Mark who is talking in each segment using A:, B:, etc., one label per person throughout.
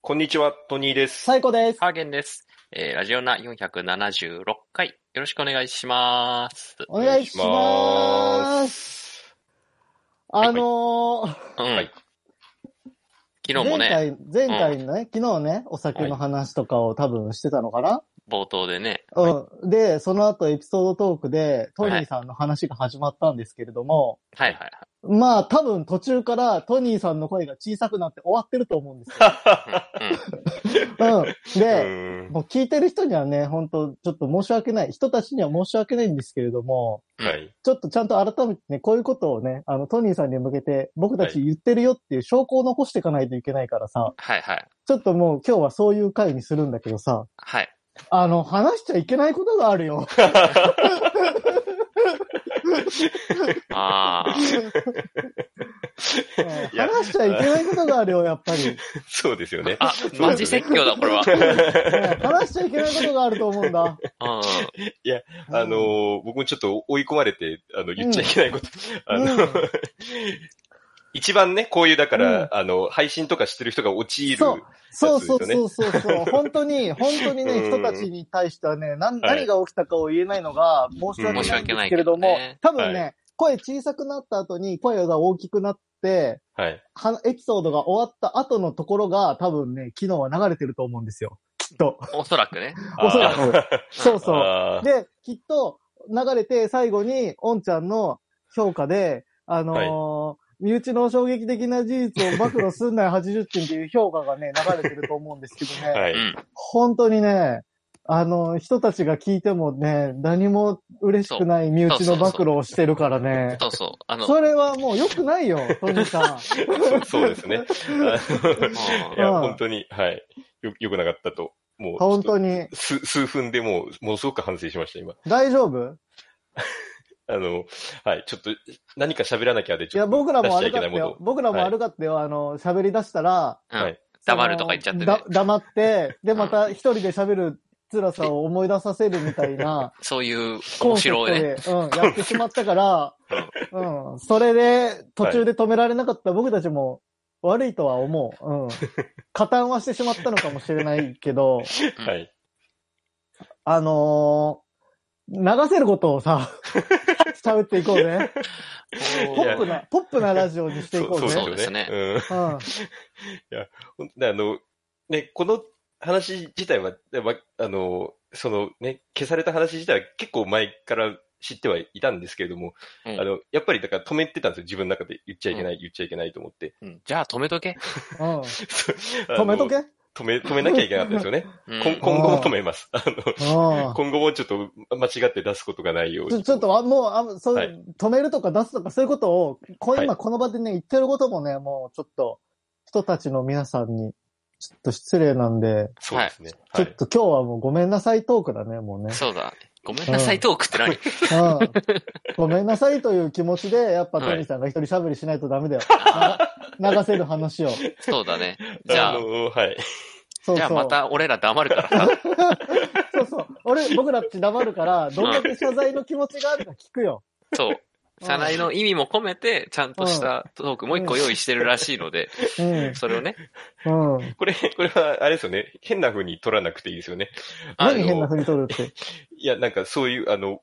A: こんにちは、トニーです。
B: 最高です。
C: ハーゲンです。えー、ラジオナ476回、よろしくお願いします。
B: お願いします。
C: い
B: あのー、
C: うん。
A: はい
C: 昨日も
B: 前
C: ね、
B: 回、前回ね、昨日ね、お酒の話とかを多分してたのかな、
C: 冒頭でね、
B: うん。で、その後エピソードトークで、トニーさんの話が始まったんですけれども、
C: はいはい
B: まあ多分途中からトニーさんの声が小さくなって終わってると思うんです
C: はい。うん。
B: よ。
A: う
B: うん。で、
A: ーん
B: もう聞いてる人にはね、本当ちょっと申し訳ない、人たちには申し訳ないんですけれども、
A: はい。
B: ちょっとちゃんと改めてね、こういうことをね、あの、トニーさんに向けて、僕たち言ってるよっていう証拠を残していかないといけないからさ、
C: はいはい。
B: ちょっともう今日はそういう回にするんだけどさ、
C: はい。
B: あの、話しちゃいけないことがあ るよ。
C: あ
B: うん話しちゃいけないことがあるよ、やっぱり。ね
A: そうですよね
C: あ。。あ、マジ説教だ、これは。
B: 話しちゃいけないことがあると思うんだ。
C: う
A: あのー僕もちょっと追い込まれて、あの、言っちゃいけないこと。あの、
B: うん
A: 一番ね、こういう、だから、
B: うん
A: あの、配信とかしてる人が陥る。
B: そうそうそう
A: やつです
B: そうそうそう。本当 に、本当にね、
A: うん
B: 人たちに対してはね、なん
A: はい
B: 何が起きたかを言えないのが申し訳ないんですけれども、
C: うん申し訳ないけどね
B: 多分ね、
A: は
B: 声小さくなった後に声が大きくなって、
A: はい。
B: はエピソードが終わった後のところが多分ね、昨日は流れてると思うんですよ。きっと。
C: ん。おそらくね。
B: おそらく そうそう。
A: あー
B: で、きっと流れて最後に、おんちゃんの評価で、あのー身内の衝撃的な事実を暴露すんない80点っていう評価がね、流れてると思うんですけどね。
A: はい。
C: うん。
B: 本当にね、あの、人たちが聞いてもね、何も嬉しくない身内の暴露をしてるからね。
C: そうそう。あの、
B: それはもう良くないよ、トニーさ
A: そうそうですね。あのいや、
B: うん
A: 本当に、はい。よ、よくなかったと。も
B: ん。
A: う、
B: 本
A: に。
B: 当に。
A: 数、数分でもう、ものすごく反省しました、今。
B: 大丈夫
A: あの、はい。ちょっと、何か喋らなきゃで、
B: い
A: ちょっ
B: や、
A: と。
B: 僕らも
A: 出し
B: 悪
A: ちゃ
B: か
A: いけない
B: った
A: もの
B: よ。僕らも悪かったよ。あの、喋り出したら。
C: う
A: は
C: ん
A: い。
C: 黙るとか言っちゃって
B: その
C: ね
B: だ。黙って、で、また一人で喋る辛さを思い出させるみたいな。
C: そうい
B: コ
C: う、面
B: ンセプト
C: 白いね。
B: で、うん、やってしまったから、うん、それで途中で止められなかった僕たちも悪いとは思う。うん。加担はしてしまったのかもしれないけど、
C: うん
A: はい。
B: あのー流せることを さ、喋っていこうね。ポップな、ポップなラジオにしていこう
A: そう
B: ね。
A: うそ
C: そうう
A: で
C: ですす
A: ね
C: ね。
A: うん
B: ん。
A: ほんであの、ね、この話自体は、でまあの、そのね、消された話自体は結構前から知ってはいたんですけれども、
C: うん
A: あの、やっぱりだから止めてたんですよ。自分の中で言っちゃいけない、言っちゃいけないと思って。
C: うんじゃあ止めとけ。
B: うん。
A: 止
B: 止めとけ。
A: 止め、止めなきゃいけなかったですよね。
C: う
A: こん
C: ん
A: 今後も止めます。あ
B: う
A: の、
B: ん。
A: 今後もちょっと間違って出すことがないよう
B: ちょ
A: に。
B: ちょっとあ、もうあそう、
A: はい
B: 止めるとか出すとか、そういうことを、こ
A: はい
B: 今この場でね、言ってることもね、もうちょっと、人たちの皆さんに、ちょっと失礼なんで、
A: そうですね。
B: ち
A: は
B: ょっ
A: い。
B: と今日はもうごめんなさいトークだね、もうね。
C: そうだ。ごめんなさい、トークって何
B: うん、ごめんなさいという気持ちで、やっぱ
C: はい
B: トニーさんが一人喋りしないとダメだよ。
C: あ
B: な流せる話を。
C: そうだね。じゃ
A: あ
C: あ、
A: の、はい。
B: そうそう。
C: じゃあまた俺ら黙るからさ。
B: そうそう。俺、僕らっち黙るから、どんだけ謝罪の気持ちがあるか聞くよ。
C: そう。社内の意味も込めて、ちゃんとしたトークもう一個用意してるらしいので、
B: うん。
C: それをね。
B: うん。
A: これ、これは、あれですよね。変な風に取らなくていいですよね。
C: あ
B: 何
C: の
B: 変な振り取るって。
A: いや、なんかそういう、あの、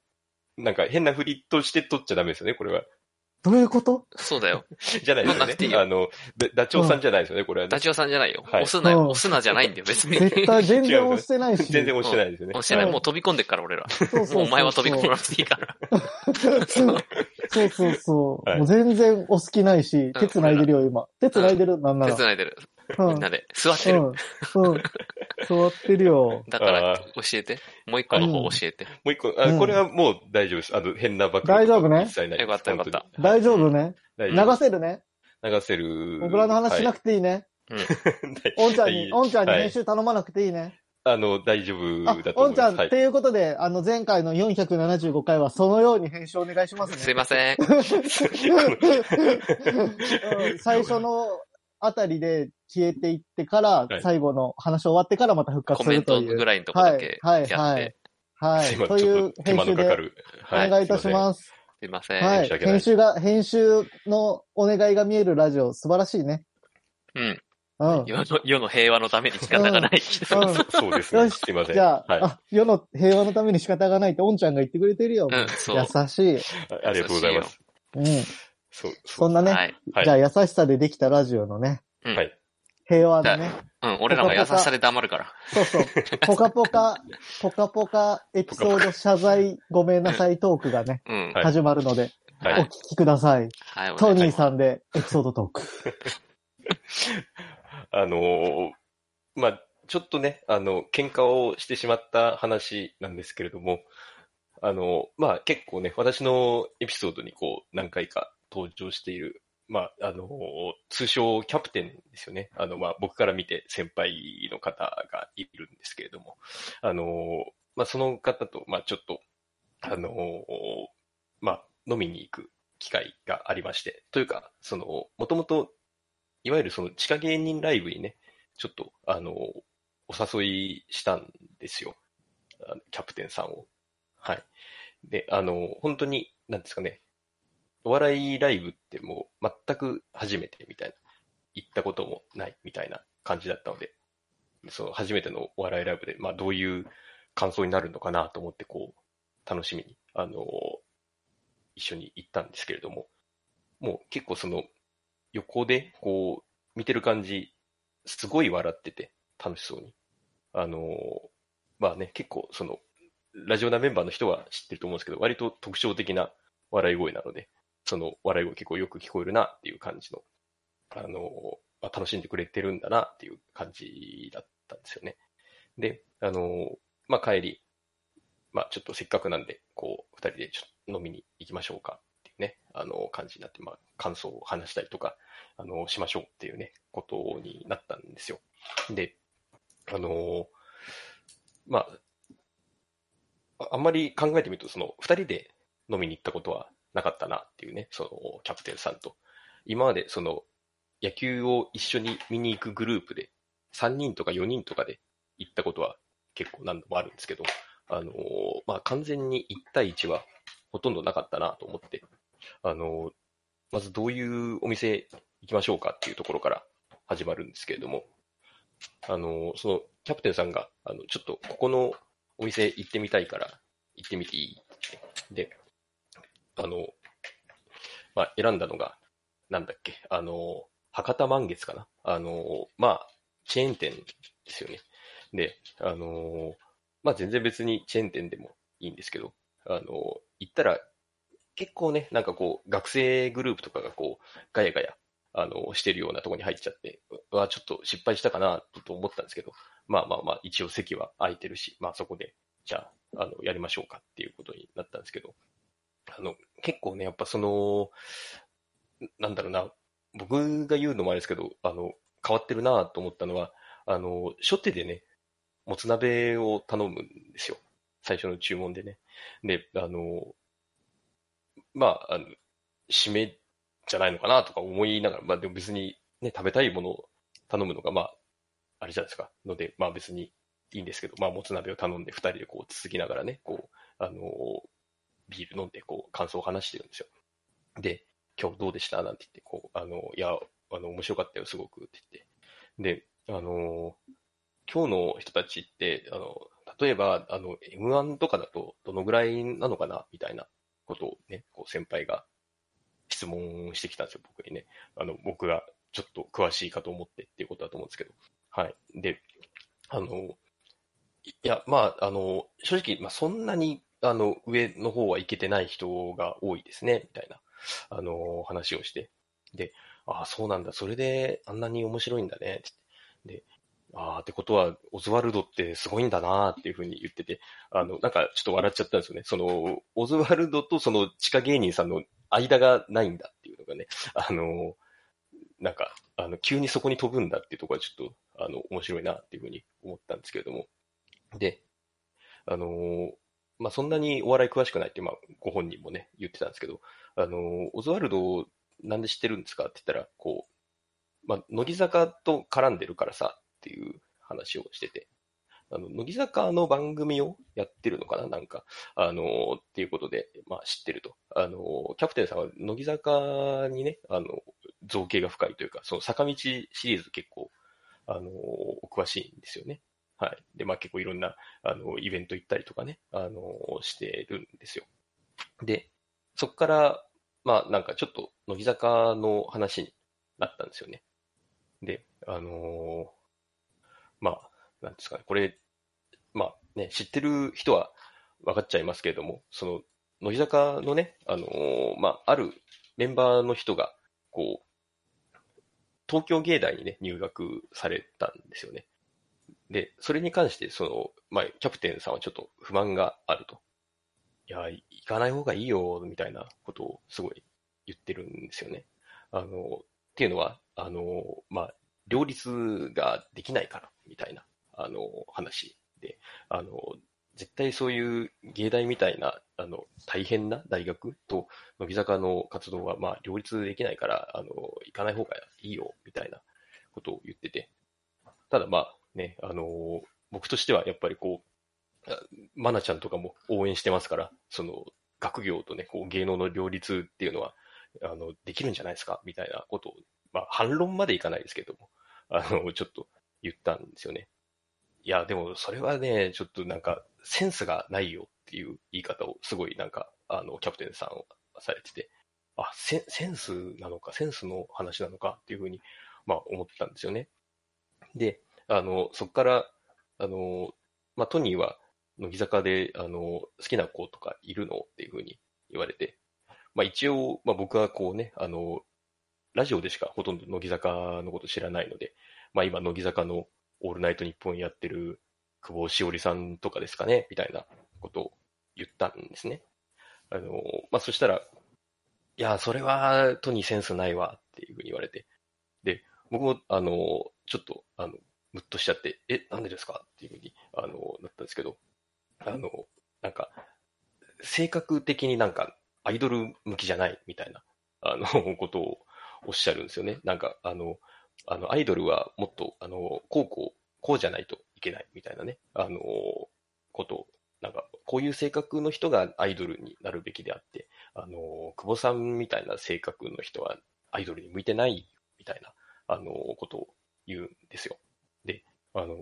A: なんか変な振りとして取っちゃダメですよね、これは。
B: どういうこと
C: そうだよ。
A: じゃないですよ
C: 取んなくていい
A: ね。
C: よ
A: あの、ダダチョウさんじゃないですよね、これはね、
C: ダチオさんじゃないよ。
A: はい
C: 押すな
B: うん
C: よ。押すなじゃないんだよ、別に。
B: 絶対全然押してないし。
A: 全然押してないですよね。
C: 押してない。
B: うん
C: もう飛び込んでっから、俺ら。
B: そうそうそう
C: もうお前は飛び込まなくていいから。
B: そうそうそう。
A: はい
B: もう全然お好きないし、手繋いでるよ、今。手繋いでる、なんな
C: 手
B: ら。
C: 繋いでる。
B: うん。う
C: みん
B: ん。
C: なで。座ってる。
B: うん。座ってるよ。
C: だから
A: あ、
C: 教えて。もう一個の方教えて。
A: もう一個、あ
B: うん
A: これはもう大丈夫です。あの、変なバッ
B: 大丈夫ね
A: 一切ないです
C: よかったよかった。
B: 大丈夫ね。
A: 大
B: 流
A: 丈夫
B: せるね。
A: 流せる。
B: 僕らの話しな
A: く
B: くていいね。
A: て。
B: おんちゃん
A: はい
B: に、おんちゃんに
A: はい
B: 編集頼まなくていいね。
A: あの、大丈夫
B: あ
A: だ、と
B: お
A: 思
B: ん
A: い
B: ちゃ
A: ま
B: ん、
A: す。は
B: っ
A: い
B: て。いうことで、あの、前回の475回はそのように編集お願いしますね。
C: すいませ ん。
B: うん最初のあたりで消えていってから、
A: はい
B: 最後の話終わってからまた復活
C: コ
B: す
C: メ
B: る
C: ン
B: と
C: ト
B: いう。
C: ぐらいのとこ
B: は
C: だ
B: い
C: け、
B: はい、
C: やっ
B: はい
C: て。。
B: はい。
A: 今
B: と
A: ち
B: い
A: ょっ
B: う
A: と手
B: 編
A: 間
B: 集
A: のかか
B: で
A: る。
B: お願いいたします。
C: すいませ
B: は
C: ん。
A: 申
B: い。
A: し訳ない
B: 編集が、編集のお願いが見えるラジオ、素晴らしいね。
C: うん。
B: うん。
C: 世の世の平和のために仕方がない。
B: うん
A: そうです
B: よ
A: ね。
B: し
A: すいません。
B: じゃあ、
A: はい。あ
B: あ、世の平和のために仕方がないって、おんちゃんが言ってくれてるよ。
C: うん、そう。
B: 優しい。
A: ありがとうございます。
B: うん。
A: そう、そ
B: そん
A: う。
B: なね、
C: はい。
A: はい
B: じゃあ優しさでできたラジオのね、
C: うん
A: はい
B: 平和のね、
C: うん、俺らが優しさで黙るから。
B: そうそう、ポカポカ、ポカポカエピソード謝罪ごめんなさいトークがね、
C: うん。
A: はい
B: 始まるので、
A: はい
B: お聞。きください。
C: はい、
B: ト
C: お願
B: ニ
C: い
B: ー
C: し
B: さんでエピソードトーク。
A: あのーまあ、ちょっとね、あの、喧嘩をしてしまった話なんですけれども、あのーまあ、結構ね、私のエピソードにこう、何回か登場している、まあ、あのー通称キャプテンですよね。あの、まあ、僕から見て先輩の方がいるんですけれども、あのーまあ、その方と、まあ、ちょっと、あのーまあ、飲みに行く機会がありまして、というか、その、もともといわゆるその地下芸人ライブにね、ちょっと、あの、お誘いしたんですよ。あのキャプテンさんを。はい。で、あの、本当に、なんですかね、お笑いライブってもう全く初めてみたいな、行ったこともないみたいな感じだったので、その初めてのお笑いライブで、まあどういう感想になるのかなと思って、こう、楽しみに、あの、一緒に行ったんですけれども、もう結構その、横で、こう、見てる感じ、すごい笑ってて、楽しそうに。あのーまあね、結構、その、ラジオなメンバーの人は知ってると思うんですけど、割と特徴的な笑い声なので、その笑い声結構よく聞こえるなっていう感じの、あのーまあ、楽しんでくれてるんだなっていう感じだったんですよね。で、あのーまあ、帰り、まあ、ちょっとせっかくなんで、こう、二人でちょっと飲みに行きましょうかっていうね、あのー感じになって、まあ、感想を話したりとか、あの、しましょうっていうね、ことになったんですよ。で、あのーまあ、ああんまり考えてみると、その、二人で飲みに行ったことはなかったなっていうね、その、キャプテンさんと。今まで、その、野球を一緒に見に行くグループで、三人とか四人とかで行ったことは結構何度もあるんですけど、あのーまあ、完全に一対一はほとんどなかったなと思って、あのーまずどういうお店行きましょうかっていうところから始まるんですけれども、あの、そのキャプテンさんが、あの、ちょっとここのお店行ってみたいから行ってみていいって。で、あの、まあ、選んだのが、なんだっけ、あの、博多満月かなあの、まあ、チェーン店ですよね。で、あの、まあ、全然別にチェーン店でもいいんですけど、あの、行ったら結構ね、なんかこう、学生グループとかがこう、ガヤガヤ、あの、してるようなとこに入っちゃって、うわ、ちょっと失敗したかな、と思ったんですけど、まあまあまあ、一応席は空いてるし、まあそこで、じゃあ、あの、やりましょうかっていうことになったんですけど、あの、結構ね、やっぱその、なんだろうな、僕が言うのもあれですけど、あの、変わってるなと思ったのは、あの、初手でね、もつ鍋を頼むんですよ。最初の注文でね。で、あの、まあ、あの、締めじゃないのかなとか思いながら、まあでも別にね、食べたいものを頼むのが、まあ、あれじゃないですか。ので、まあ別にいいんですけど、まあもつ鍋を頼んで二人でこう続きながらね、こう、あのービール飲んでこう感想を話してるんですよ。で、今日どうでしたなんて言って、こう、あのいや、あの、面白かったよ、すごくって言って。で、あのー今日の人たちって、あの、例えば、あの、M1 とかだとどのぐらいなのかなみたいなことをね、こう先輩が質問してきたんですよ、僕にね。あの、僕がちょっと詳しいかと思ってっていうことだと思うんですけど。はい。で、あの、いや、まあ、あの、正直、まあ、そんなに、あの、上の方はいけてない人が多いですね、みたいな、あの、話をして。で、ああ、そうなんだ。それで、あんなに面白いんだね、つって。で、ああ、ってことは、オズワルドってすごいんだな、っていうふうに言ってて、あの、なんかちょっと笑っちゃったんですよね。その、オズワルドとその地下芸人さんの間がないんだっていうのがね、あの、なんか、あの、急にそこに飛ぶんだっていうところはちょっと、あの、面白いなっていうふうに思ったんですけれども。で、あの、まあ、そんなにお笑い詳しくないって、まあ、ご本人もね、言ってたんですけど、あの、オズワルドなんで知ってるんですかって言ったら、こう、まあ、乃木坂と絡んでるからさっていう話をしてて、あの、乃木坂の番組をやってるのかななんか、あのーっていうことで、まあ知ってると。あのーキャプテンさんは乃木坂にね、あの、造形が深いというか、その坂道シリーズ結構あの、お詳しいんですよね。はい。で、まあ結構いろんな、あの、イベント行ったりとかね、あの、してるんですよ。で、そこから、まあなんかちょっと、乃木坂の話になったんですよね。で、あのーまあ、なんですかね、これ、まあね、知ってる人は分かっちゃいますけれども、その、乃木坂のね、あのーまあ、あるメンバーの人が、こう、東京芸大にね、入学されたんですよね。で、それに関して、その、まあ、キャプテンさんはちょっと不満があると。いや、行かない方がいいよ、みたいなことをすごい言ってるんですよね。あの、っていうのは、あの、まあ、両立ができないから、みたいな、あの、話で、あの、絶対そういう芸大みたいな、あの、大変な大学と、乃木坂の活動は、まあ、両立できないから、あの、行かない方がいいよ、みたいなことを言ってて。ただ、まあ、ね、あの、僕としては、やっぱりこう、あまなちゃんとかも応援してますから、その、学業とね、こう、芸能の両立っていうのは、あの、できるんじゃないですか、みたいなことを、まあ、反論までいかないですけども、あの、ちょっと言ったんですよね。いや、でも、それはね、ちょっとなんか、センスがないよっていう言い方を、すごいなんか、あの、キャプテンさんはされてて、あ、セセンスなのか、センスの話なのかっていうふうに、まあ、思ったんですよね。で、あの、そこから、あの、まあ、トニーは、乃木坂で、あの、好きな子とかいるのっていうふうに言われて、まあ、一応、まあ、僕はこうね、あの、ラジオでしかほとんど乃木坂のこと知らないので、まあ、今、乃木坂のオールナイト日本やってる久保しおりさんとかですかね、みたいなことを言ったんですね。あの、まあ、そしたら、いや、それは、トニーセンスないわ、っていうふうに言われて。で、僕も、あの、ちょっと、あの、ムッとしちゃって、え、なんでですかっていうふうに、あの、なったんですけど、あの、なんか、性格的になんか、アイドル向きじゃないみたいな、あの、ことをおっしゃるんですよね。なんか、あの、あの、アイドルはもっと、あの、こうこう、こうじゃないといけないみたいなね、あの、ことを、なんか、こういう性格の人がアイドルになるべきであって、あの、久保さんみたいな性格の人はアイドルに向いてないみたいな、あの、ことを言うんですよ。で、あの、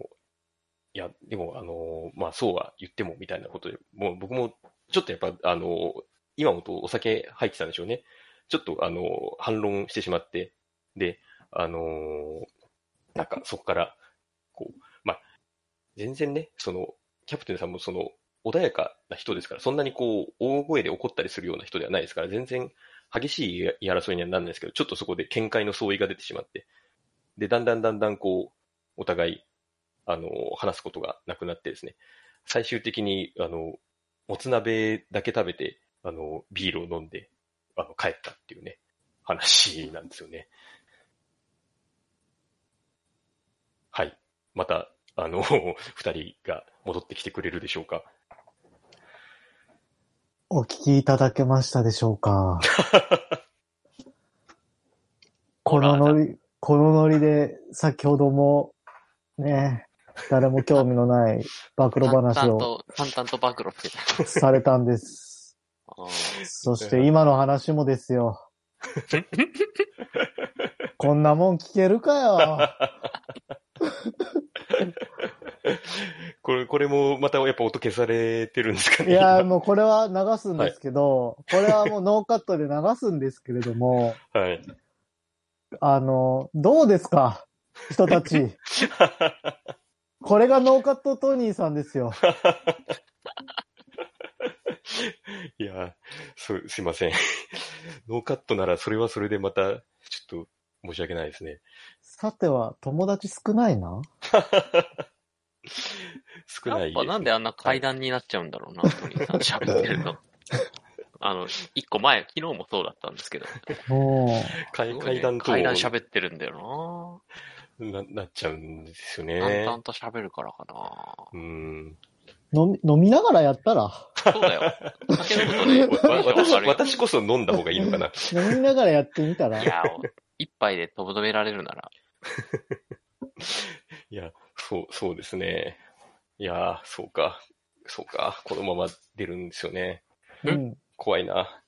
A: いや、でも、あの、まあ、そうは言ってもみたいなことで、もう僕も、ちょっとやっぱ、あの、今もとお酒入ってたんでしょうね。ちょっと、あの、反論してしまって、で、あのーなんかそこから、こう、まあ、全然ね、その、キャプテンさんもその、穏やかな人ですから、そんなにこう、大声で怒ったりするような人ではないですから、全然激しい言い争いにはならないですけど、ちょっとそこで見解の相違が出てしまって、で、だんだんだんだんこう、お互い、あのー話すことがなくなってですね、最終的に、あの、もつ鍋だけ食べて、あの、ビールを飲んで、あの、帰ったっていうね、話なんですよね。はい。また、あの、 二人が戻ってきてくれるでしょうか。
B: お聞きいただけましたでしょうかこのノリ、このノリで、先ほども、ね、誰も興味のない暴露話
C: 淡々
B: を
C: と、淡々と暴露してた。
B: されたんです。
C: あー
B: そして今の話もですよ。こんなもん聞けるか
A: これ、これもまたやっぱ音消されてるんですか
B: よ。
A: ね。
B: いや、
A: 今
B: もうこれは流すんですけど、これはもうノーカットで流すんですけれども、
A: はい。
B: あの、どうですか人たち。これがノーカットトニーさんですよ。
A: いや、す、すいません。 ノーカットならそれはそれでまた、ちょっと申し訳ないですね。
B: さては、友達少ないな
A: 少な
C: やっ
A: い
C: ぱなんであんな階段になっちゃうんだ ろうな、トニーさん喋ってると。あの、一個前、昨日もそうだったんですけど。
B: も
A: 階階段と、
C: 階段喋ってるんだよ
A: ななっちゃうんですよ
C: な。
A: ね。
C: 淡々と喋るからか
A: うん。
B: う、飲み、飲みながらやったら、
C: な。そうだよ。酒飲むとね、
A: わ
C: テンション
A: 私、
C: 上がる
A: 私こそ飲んだ方がいいのかな。
B: 飲みながらやってみたら
C: よい、や、一杯でとどめられるなら。
A: いや、そう、そうですね。いや、そうか。そうか。このまま出るんですよね。
B: うん。
A: 怖いな。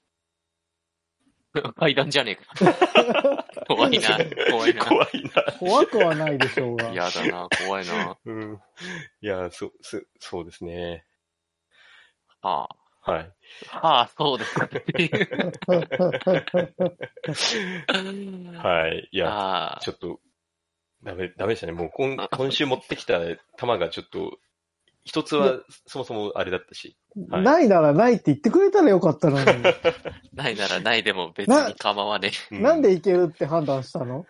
C: 階段じゃね えか。怖いな、 怖いな。
A: 怖いな。
B: 怖くはないでしょうが。
C: 嫌だな、怖いな。
A: うん。いや、そ、そ、そうですね。
C: は
A: はい。
C: あ、はあ、そ うですかっていう。
A: はい。いや、
C: ああ
A: ちょっと、ダメ、ダメでしたね。もう今、今週持ってきた玉がちょっと、一つはそもそもあれだったし。はい
B: ないならないって言ってくれたらよかったのに。
C: ないならないでも別に構わね
A: う
B: なんでいけるって判断したの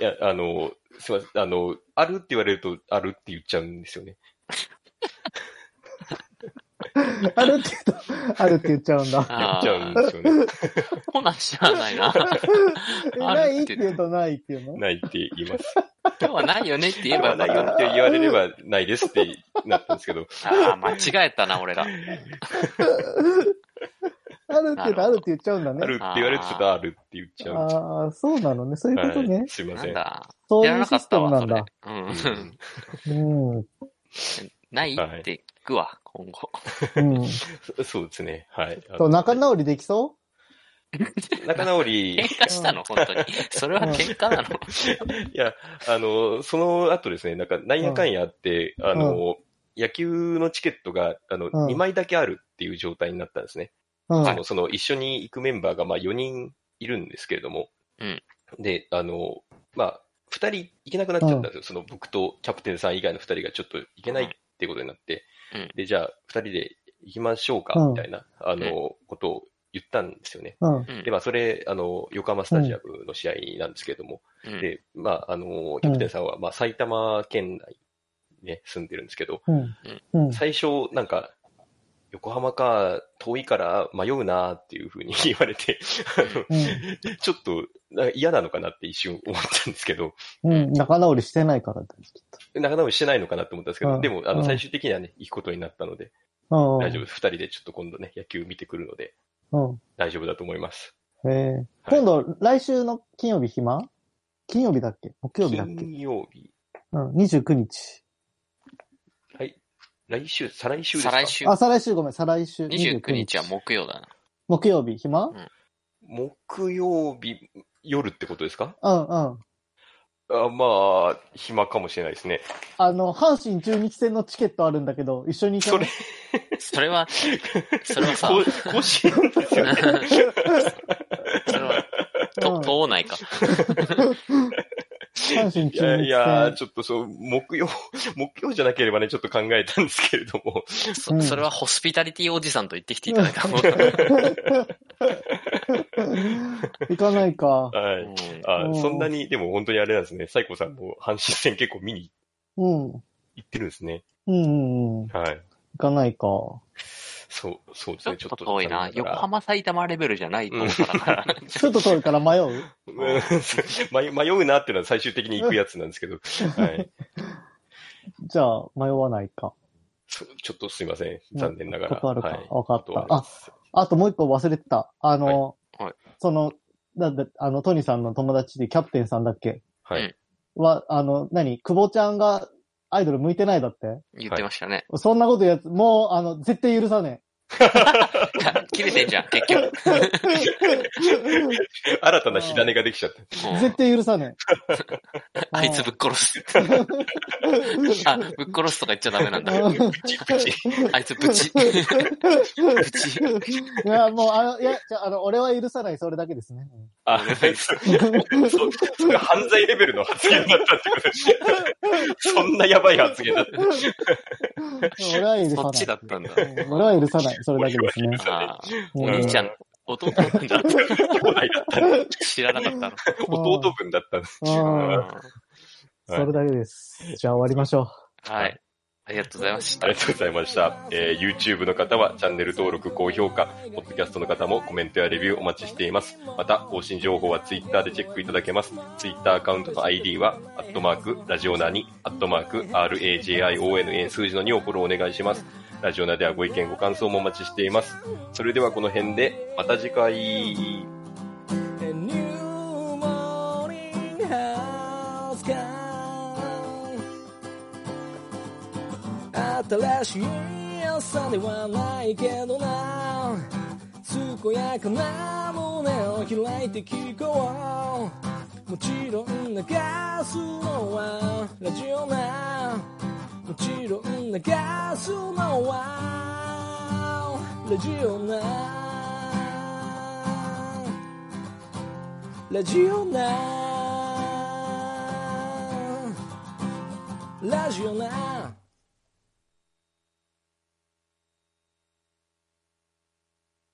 A: いや、あの、すみません。あの、あるって言われると、あるって言っちゃうんですよね。
B: あるって言うと、あるって言っちゃうん
C: え。
B: だ。
A: 言
C: あ
A: っちゃうん
C: あ、
A: ですよね。
C: ほなしゃあない な。
B: えないって言うとないっていうの
A: ないって言います。
C: 今日はないよねって言え
A: 今
C: ば
A: ないよって言われればないですってなったんですけど。
C: ああ、間違えたな、俺ら。
B: あるって言うとあるって言っちゃうんだ
A: あ
B: ね。
A: るって言われるとちょっとあるって言っちゃう。
B: ああ、そうなのね。そういうこと
A: は
B: ね
A: い。。すいま
C: な
A: せ
C: ん
A: ん。
C: だ。
B: そう
C: やら
B: いう
C: なか
B: シ
C: っ
B: ステ
C: た
B: ム
C: わ、
B: な
C: そ
B: ん
C: れ
B: だ。。
C: うん。
B: うん。うん。
C: ないって聞くわ、今後。
A: そそうですね。はい。あ
B: と
A: の
B: 仲直りできそ
A: 仲直り
C: 喧、嘩したの、本 当に。それは喧嘩なの。
A: いや、あの、その後ですね、なんか、なんやかんやあって、あの、野球のチケットが、あの、
B: うん
A: 2枚だけあるっていう状態になったんですね。
B: ううん。
A: その、その、一緒に行くメンバーが、まあ、4人いるんですけれども。
C: うん
A: で、あの、まあ、2人行けなくなっちゃったんですよ。その、僕とキャプテンさん以外の2人がちょっと行けないってことになって。
C: うん
A: で、じゃあ、2人で行きましょうか、
B: うん
A: みたいな、あの、ことを言ったんですよね。
B: うん。
C: うん
A: で、まあ、それ、あの、横浜スタジアムの試合なんですけれども、
C: うん
A: で、まあ、あの、キャプテンさんは、まあ、埼玉県内にね、住んでるんですけど、
B: うん。うん。
A: 最初、なんか、横浜か、遠いから迷うなっていうふうに 言われて、あ
B: うん
A: の、ちょっと、なんか嫌なのかなって一瞬思ったんですけど、
B: うん。仲直りしてないからだ。
A: 仲直りしてないのかなと思ったんですけ
B: う
A: ど、
B: ん
A: でも、あ
B: う
A: の、
B: ん
A: 最終的にはね、行くことになったので、
B: うん。
A: 大丈夫です。二人でちょっと今度ね、野球見てくるので、
B: 夫。
A: 大丈夫だと思います。
B: うん。ええ。
A: はい
B: 今度、来週の金曜日暇金曜日だっけ木曜日だっけ
A: 金曜日。
B: うん。29日。
A: はい。来週、再来週です
C: 再
A: か
C: 来週、
B: あ、再来週ごめん、再来週。
C: 29日は木曜だな。
B: 木曜日、暇
A: 木曜日夜ってことですか
B: うんうん。
A: あまあ、暇かもしれないですね。
B: あの、阪神中日戦のチケットあるんだけど、一緒に行
A: そ
B: か
A: れ
B: ない、
C: それは、それはさ
A: こ、甲子園ですよね。
C: それは、と、党内か。
B: 阪神
A: いや、い
B: 中
A: や
B: 日
A: ちょっとそう、木曜、 木曜じゃなければね、ちょっと考えたんですけれども。
B: う
C: そ
B: ん
C: それはホスピタリティおじさんと言ってきていただいたもん。
B: 戦。 行かないか。
A: はい。
B: う
A: あ
B: ん
A: そんなに、でも本当にあれなんですね。サイコさんも阪神戦結構見に
B: うん。うん
A: 行ってるんですね。
B: うんうん。行
A: はい。
B: かないか。
A: そう、そうです
C: ちょ
A: ね。
C: っ
A: ちょ
C: と
A: っと。
C: 遠いな。横浜埼玉レベルじゃないと思うから。
B: ちょっと遠いから迷う
A: うん 迷迷うなっていうのは最終的に行くやつなんですけど。はい。
B: じゃあ、迷わないか。
A: そうちょっとすいません。残念ながら。
B: 断るか
A: はい。
B: わかった
A: 断ります
B: あともう一個忘れてた。あの、
C: はいはい
B: その、だって、あの、トニーさんの友達でキャプテンさんだっけ
A: はい。
B: は、あの、何久保ちゃんがアイドル向いてないだって
C: 言ってましたね。
B: そんなこと言うやつ、もう、あの、絶対許さね
C: いや切れてんじゃん、結局。
B: え。
A: 新たな火種ができちゃった。
C: うん
B: 絶対許さねえ。
C: あいつぶっ殺す。 あ、ぶっ殺すとか言っちゃダメなんだ。
B: うん
C: ぶちぶち。あいつぶち。ぶち。
B: いや、もう、あの、いや、じゃあ、あの、俺は許さない、それだけですね。
A: あ、 そう、それ犯罪レベルの発言だったってことですねそんなやばい発言だった。
B: 俺は許さない。
C: そっちだったんだ。
B: うん俺は許さない、それだけですね。
C: あー
B: うん
C: お兄ちゃん、弟なんだ。
A: 兄弟だったの。
C: 知らなかったの。
A: 弟分だったんです。
B: うん
A: はい
B: それだけです。じゃあ終わりましょ
C: はい。ありがとうございまし
A: あ
C: た
A: り。がとうございました。えー YouTube の方はチャンネル登録、高評価、Podcast の方もコメントやレビューお待ちしています。また、更新情報は Twitter でチェックいただけます。Twitter アカウントの ID は、アットマーク、ラジオナに、アットマーク、RAJIONA 数字の2をフォローお願いします。ラジオナではご意見、ご感想もお待ちしています。それではこの辺で、また次回。
D: A new morning has come 新しい朝ではないけどな健やかな物胸を開いて聞こうもちろん流すのはラジオなもちろん流すのはラジオなラジオなラジオな